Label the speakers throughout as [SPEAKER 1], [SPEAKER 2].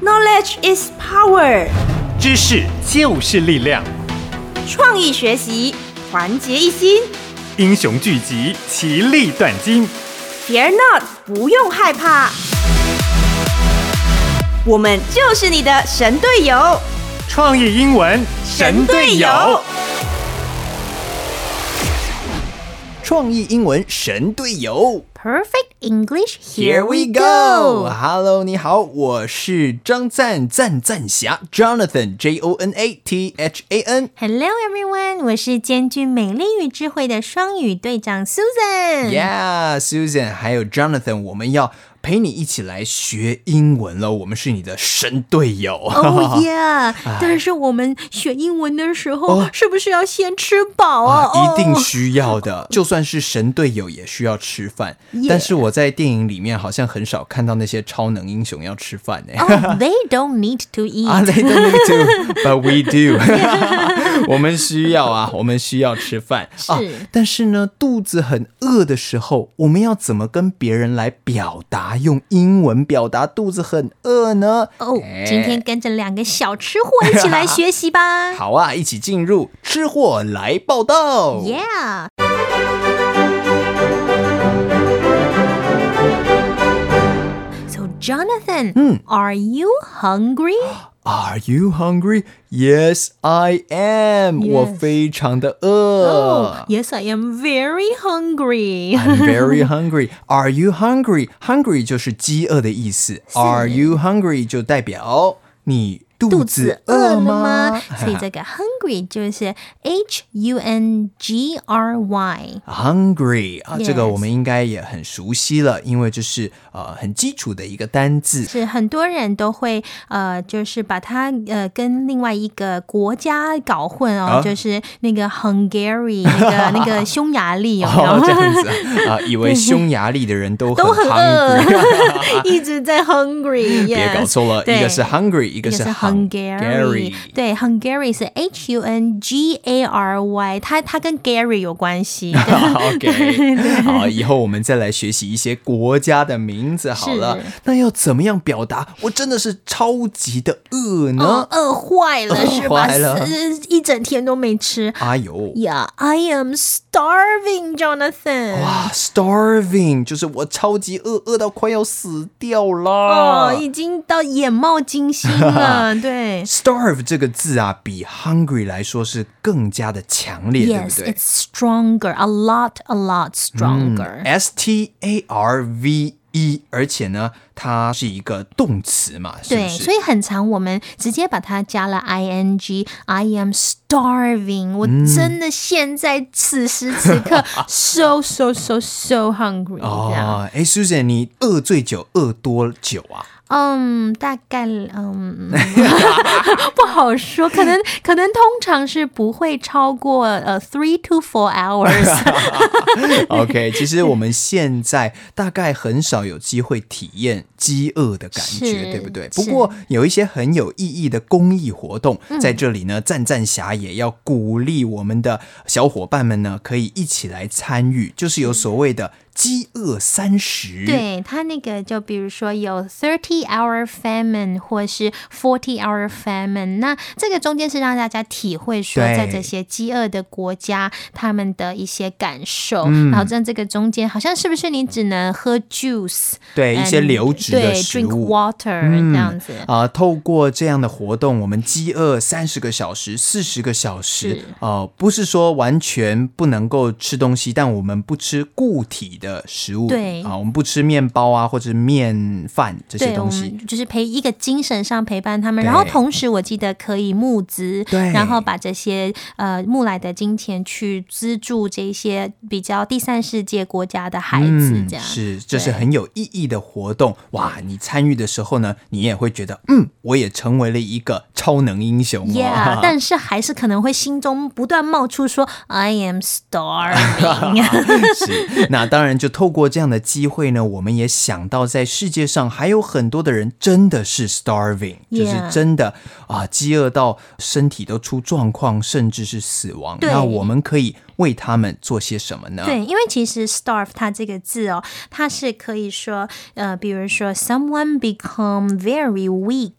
[SPEAKER 1] Knowledge is power，
[SPEAKER 2] 知识就是力量，
[SPEAKER 1] 创意学习，团结一心。
[SPEAKER 2] 英雄聚集，其利断金。
[SPEAKER 1] Fear not，不用害怕，我们就是你的神队友。
[SPEAKER 2] 创意英文神队友，
[SPEAKER 3] 创意英文神队友。
[SPEAKER 4] Perfect English.
[SPEAKER 3] Here we go. Hello，你好，我是张赞赞赞侠 Jonathan J O N A T H A N。
[SPEAKER 4] Hello everyone，我是兼具美丽与智慧的双语队长 Susan。
[SPEAKER 2] 嗯
[SPEAKER 3] Yeah，Susan 还有 Jonathan，我们要陪你一起来学英文了。我们是你的神队友。
[SPEAKER 2] 哦
[SPEAKER 4] Oh yeah！但是我们学英文的时候，是不是要先吃饱啊？
[SPEAKER 3] Oh. 啊，一定
[SPEAKER 4] 哦
[SPEAKER 3] 需要的。就算是神队友，也需要吃饭。
[SPEAKER 4] Yeah
[SPEAKER 3] 但是我在电影里面好像很少看到那些超能英雄要吃饭呢、
[SPEAKER 4] Oh, they don't need to
[SPEAKER 3] 啊
[SPEAKER 4] eat.
[SPEAKER 3] ，they don't need to, but we do 。 我们需要啊，我们需要吃饭啊
[SPEAKER 4] 是。
[SPEAKER 3] 但是呢，肚子很饿的时候，我们要怎么跟别人来表达用英文表达肚子很饿呢？
[SPEAKER 4] 哦，
[SPEAKER 3] 哎
[SPEAKER 4] Oh, 今天跟着两个小吃货一起来学习吧。
[SPEAKER 3] 好啊，一起进入吃货来报道。
[SPEAKER 4] Yeah，So Jonathan,
[SPEAKER 3] Hmm.
[SPEAKER 4] are you hungry?
[SPEAKER 3] Are you hungry? Yes, I am.
[SPEAKER 4] Yes.
[SPEAKER 3] 我非常的饿。
[SPEAKER 4] Oh, yes, I am very hungry.
[SPEAKER 3] I'm very hungry. Are you hungry? Hungry 就是饥饿的意思。Are you hungry 就代表你 肚
[SPEAKER 4] 肚
[SPEAKER 3] 子
[SPEAKER 4] 子
[SPEAKER 3] 饿
[SPEAKER 4] 饿了
[SPEAKER 3] 吗
[SPEAKER 4] 吗？？所以这个 hungry 就是 H U N G R Y。
[SPEAKER 3] hungry 啊
[SPEAKER 4] Yes
[SPEAKER 3] 这个我们应该也很熟悉了，因为这是呃很基础的一个单字。
[SPEAKER 4] 是很多人都会呃，就是把它呃跟另外一个国家搞混哦，
[SPEAKER 3] 啊
[SPEAKER 4] 就是那个 Hungary 那个那个匈牙利有没有？
[SPEAKER 3] 哦，这样子啊、以为匈牙利的人都
[SPEAKER 4] 都
[SPEAKER 3] 很
[SPEAKER 4] 很
[SPEAKER 3] hungry，啊
[SPEAKER 4] 饿，一直在 hungry，
[SPEAKER 3] 别搞
[SPEAKER 4] yes
[SPEAKER 3] 错了，
[SPEAKER 4] 对
[SPEAKER 3] 一个是 hungry，一
[SPEAKER 4] 一
[SPEAKER 3] 个
[SPEAKER 4] 个
[SPEAKER 3] 是
[SPEAKER 4] 是 Hungary，
[SPEAKER 3] Hungary
[SPEAKER 4] 对，Hungary 是 H U N G A R Y，它它跟 Gary 有 关系。
[SPEAKER 3] OK，好，以后我们再来学习一些国家的名字好了
[SPEAKER 4] 是。
[SPEAKER 3] 那要怎么样表达？我真的是超级的饿呢
[SPEAKER 4] 哦，。饿坏 了是吧？
[SPEAKER 3] 坏了
[SPEAKER 4] 是一整天都没吃。
[SPEAKER 3] 哎呦，
[SPEAKER 4] Yeah, I am starving, Jonathan.
[SPEAKER 3] 哇，starving 就是我超级饿，饿到快要死掉
[SPEAKER 4] 哦，
[SPEAKER 3] 了。
[SPEAKER 4] 已经到眼冒金星 了，对。
[SPEAKER 3] Starve 这个字啊，比 hungry 来说是更加的强烈，对
[SPEAKER 4] Yes,
[SPEAKER 3] 不对
[SPEAKER 4] it's stronger, a lot, a lot stronger.
[SPEAKER 3] ？S T A R V E，而且呢，它是一个动词嘛，是不
[SPEAKER 4] 对，
[SPEAKER 3] 是
[SPEAKER 4] 所？以很常我们直接把它加了 ing。I am starving，我
[SPEAKER 3] 嗯
[SPEAKER 4] 真的现在此时此 刻 so so so so hungry 这样。
[SPEAKER 3] 哦，哎，Susan，你饿最久，饿多久啊？
[SPEAKER 4] 嗯，大 概嗯，不好说，可能可能通常是不会超过呃 three to four hours。
[SPEAKER 3] OK，其实我们现在大概很少有机会体验饥饿的感觉，
[SPEAKER 4] 是
[SPEAKER 3] 对不对？
[SPEAKER 4] 是
[SPEAKER 3] 不过有一些很有意义的公益活动，
[SPEAKER 4] 嗯
[SPEAKER 3] 在这里呢，赞赞侠也要鼓励我们的小伙伴们呢，可以一起来参与，就是有所谓的饥饿三十。。
[SPEAKER 4] 对他那个，就比如说有 thirty hour famine 或是 forty hour famine，那这个中间是让大家体会说，
[SPEAKER 3] 对
[SPEAKER 4] 在这些饥饿的国家，他们的一些感受。
[SPEAKER 3] 嗯
[SPEAKER 4] 然后在这个中间，好像是不是你只能喝 juice？
[SPEAKER 3] 对一些
[SPEAKER 4] and-
[SPEAKER 3] 流质的
[SPEAKER 4] 对
[SPEAKER 3] 食
[SPEAKER 4] ，drink
[SPEAKER 3] 物
[SPEAKER 4] water、这样子。
[SPEAKER 3] 啊、透过这样的活动，我们饥饿三十个小时、四十个小时
[SPEAKER 4] 是，
[SPEAKER 3] 呃，不是说完全不能够吃东西，但我们不吃固体的食物，
[SPEAKER 4] 对
[SPEAKER 3] 啊、我们不吃面包啊或者面饭这些
[SPEAKER 4] 对，我
[SPEAKER 3] 东西。
[SPEAKER 4] 们就是陪一个精神上陪伴他们，然后
[SPEAKER 3] 对
[SPEAKER 4] 同时我记得可以募资，
[SPEAKER 3] 对
[SPEAKER 4] 然后把这些呃募来的金钱去资助这些比较第三世界国家的孩子，这样、
[SPEAKER 3] 嗯是，这是
[SPEAKER 4] 对
[SPEAKER 3] 很有意义的活动哇！你参与的时候呢，你也会觉得，嗯，我也成为了一个超能英雄、哦。
[SPEAKER 4] Yeah，但是还是可能会心中不断冒出说 I am starving。
[SPEAKER 3] 啊 是，那当然然，就透过这样的机会呢，我们也想到，在世界上还有很多的人真的是 starving，就是真的啊，饥饿到身体都出状况，甚至是死亡。
[SPEAKER 4] 对
[SPEAKER 3] 那我们可以为他们做些什么呢？
[SPEAKER 4] 对，因为其实 starve 它这个字哦，它是可以说呃，比如说 someone become very weak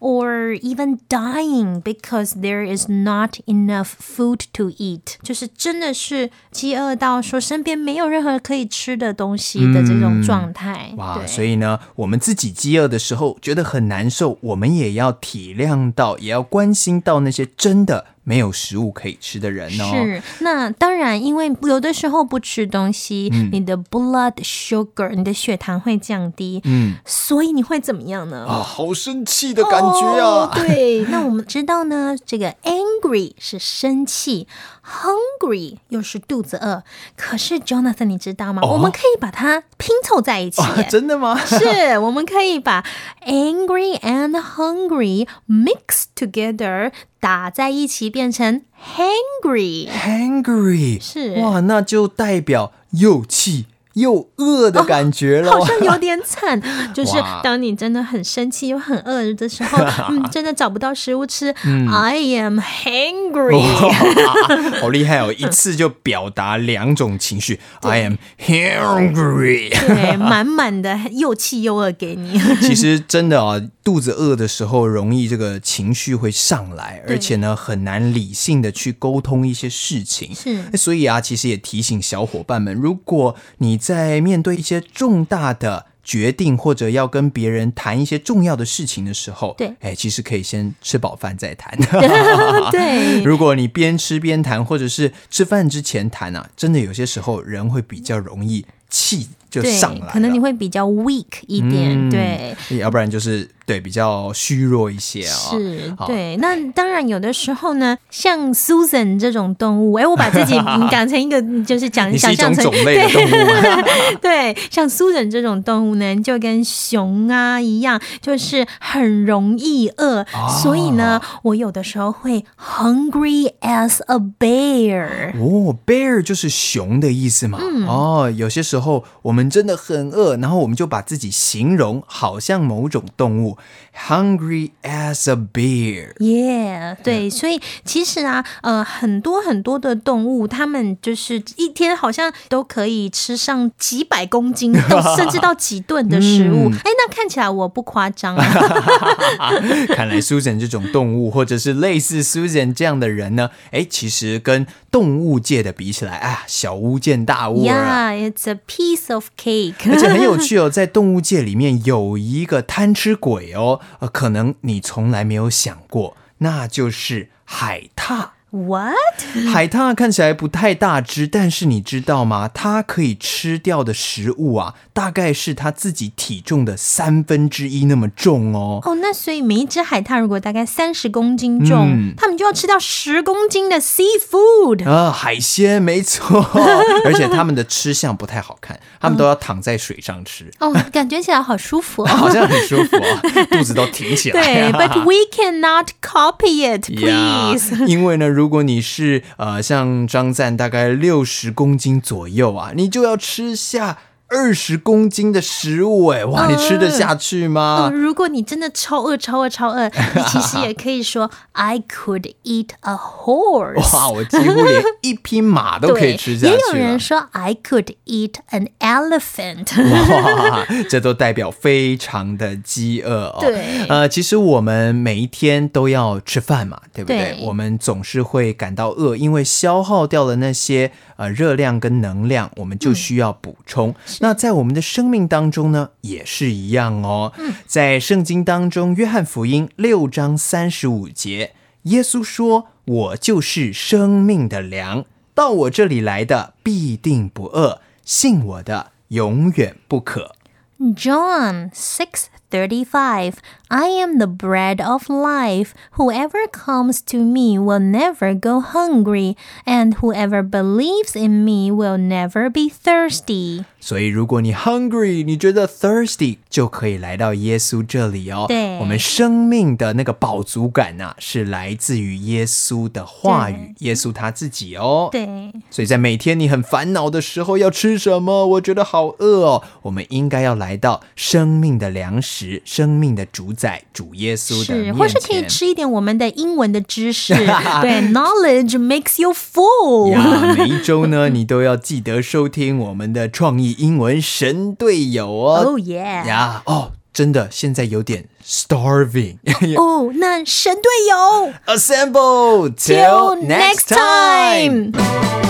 [SPEAKER 4] or even dying because there is not enough food to eat，就是真的是饥饿到说身边没有任何可以吃的东西的这种状态。
[SPEAKER 3] 嗯哇，
[SPEAKER 4] 对
[SPEAKER 3] 所以呢，我们自己饥饿的时候觉得很难受，我们也要体谅到，也要关心到那些真的没有食物可以吃的人哦。
[SPEAKER 4] 是，那当然，因为有的时候不吃东西，
[SPEAKER 3] 嗯
[SPEAKER 4] 你的 blood sugar，你的血糖会降低，嗯，所以你会怎么样呢？
[SPEAKER 3] 啊，好生气的感觉啊！
[SPEAKER 4] 哦对，那我们知道呢，这个 angry 是生气，hungry 又是肚子饿。可是 Jonathan，你知道吗？我们可以把它拼凑在一起耶。
[SPEAKER 3] 哦 啊真的吗？
[SPEAKER 4] 是我们可以把 angry and hungry mix together 打在一起变成 hungry。
[SPEAKER 3] hungry
[SPEAKER 4] 是
[SPEAKER 3] 哇，那就代表又气又饿的感觉了。
[SPEAKER 4] 好像有点惨， 就是
[SPEAKER 3] 哇
[SPEAKER 4] 当你真的很生气又很饿 的时候，嗯，真的找不到食物吃、i
[SPEAKER 3] 嗯
[SPEAKER 4] am hungry。
[SPEAKER 3] 哇好厉害哦！一次就表达两种情绪。I am hungry。
[SPEAKER 4] 对，满满的又气又饿给 你。
[SPEAKER 3] 其实真的啊，肚子饿的时候，容易这个情绪会上来，
[SPEAKER 4] 对
[SPEAKER 3] 而且呢，很难理性的去沟通一些事情。
[SPEAKER 4] 是
[SPEAKER 3] 哎所以啊，其实也提醒小伙伴们，如果你在面对一些重大的决定或者要跟别人谈一些重要的事情的时候，
[SPEAKER 4] 对
[SPEAKER 3] 哎，其实可以先吃饱饭再谈。啊
[SPEAKER 4] 对，
[SPEAKER 3] 如果你边吃边谈，或者是吃饭之前谈啊，真的有些时候人会比较容易气就
[SPEAKER 4] 对
[SPEAKER 3] 上来，啊了，
[SPEAKER 4] 可能你会比较 weak 一点，
[SPEAKER 3] 嗯
[SPEAKER 4] 对。
[SPEAKER 3] 要不然就是对比较虚弱一些啊、
[SPEAKER 4] 是
[SPEAKER 3] 好
[SPEAKER 4] 对，那当然有的时候呢，像 Susan 这种动物，哎，我把自己 嗯讲成一个，就是讲
[SPEAKER 3] 你是
[SPEAKER 4] 想
[SPEAKER 3] 一
[SPEAKER 4] 象
[SPEAKER 3] 种
[SPEAKER 4] 成
[SPEAKER 3] 种类的动物吗？
[SPEAKER 4] 对，像 Susan 这种动物呢，就跟熊啊一样，就是很容易饿，所以呢，
[SPEAKER 3] 哦
[SPEAKER 4] 我有的时候会 hungry as a bear。
[SPEAKER 3] 哦，bear 就是熊的意思嘛。
[SPEAKER 4] 嗯
[SPEAKER 3] 哦，有些时候我们真的很饿，然后我们就把自己形容好像某种动物，hungry as a bear。
[SPEAKER 4] 耶对，所以其实啊，呃，很多很多的动物，它们就是一天好像都可以吃上几百公 斤，到甚至到几吨的食物。
[SPEAKER 3] 嗯
[SPEAKER 4] 哎、那看起来我不夸张、 啊，
[SPEAKER 3] 看来 Susan 这种动物，或者是类似 Susan 这样的人呢，哎，其实跟动物界的比起来，啊，小巫见大巫啊了啦。
[SPEAKER 4] yeah,，it's a piece of cake。
[SPEAKER 3] 而且很有趣哦，在动物界里面有一个贪吃鬼哦，呃，可能你从来没有想过，那就是海獭。
[SPEAKER 4] What？
[SPEAKER 3] 海獭看起来不太大只，但是你知道吗？它可以吃掉的食物啊，大概是它自己体重的三分之一那么重哦。
[SPEAKER 4] 哦，那所以每一只海獭如果大概三十公
[SPEAKER 3] 嗯
[SPEAKER 4] 斤重，它、们就要吃掉十公斤 的 seafood。
[SPEAKER 3] 啊，海鲜没错，而且它们的吃相不太好看，它们都要躺在水上吃，
[SPEAKER 4] 哦，感觉起来好舒服 哦。
[SPEAKER 3] 好像很舒服啊，肚子都挺起来。
[SPEAKER 4] 对，But we cannot copy it, please.
[SPEAKER 3] 因为呢，如果你是呃像张赞大概六十公斤左右啊，你就要吃下二十公斤的食物、哎，哇，你吃得下去吗？
[SPEAKER 4] 嗯，如果你真的超饿、超饿、超饿， 你其实也可以说 I could eat a horse。
[SPEAKER 3] 哇，我几乎连一匹马都可以
[SPEAKER 4] 对，
[SPEAKER 3] 吃下
[SPEAKER 4] 也嗯 有
[SPEAKER 3] 去了
[SPEAKER 4] 人。说 I could eat an elephant。
[SPEAKER 3] 哇， 这都代表非常的饥饿哦。
[SPEAKER 4] 对
[SPEAKER 3] 呃，其实我们每一天都要吃饭嘛，对不对？
[SPEAKER 4] 对
[SPEAKER 3] 我们总是会感到饿，因为消耗掉了那些呃热量跟能量，我们就需要补充。那在我们的生命当中呢，也是一样哦。在圣经当中，《约翰福音》六章三十五节，耶稣说：“我就是生命的粮，到我这里来的必定不饿，信我的永远不渴。”
[SPEAKER 4] John 6:35 I am the bread of life whoever comes to me will never go hungry and whoever believes in me will never be thirsty
[SPEAKER 3] 所以如果你 hungry，你觉得 thirsty，就可以来到耶稣这里哦。
[SPEAKER 4] 对
[SPEAKER 3] 我们生命的那个饱足感呐、是来自于耶稣的话语，耶稣他自己哦。。
[SPEAKER 4] 对，
[SPEAKER 3] 所以在每天你很烦恼的时候要吃什么？我觉得好饿哦。我们应该要来到生命的粮食、生命的主宰主耶稣的
[SPEAKER 4] 是，
[SPEAKER 3] 面
[SPEAKER 4] 或是可以
[SPEAKER 3] 前。
[SPEAKER 4] 吃一点我们的英文的 知识，对，knowledge makes you full。
[SPEAKER 3] 呀，每一周呢，你都要记得收听我们的创意英文神队友哦。
[SPEAKER 4] Oh yeah！
[SPEAKER 3] 呀，哦，真的，现在有点 starving。
[SPEAKER 4] 哦，那神队友
[SPEAKER 3] Assemble till
[SPEAKER 4] ，till
[SPEAKER 3] next time。
[SPEAKER 4] time。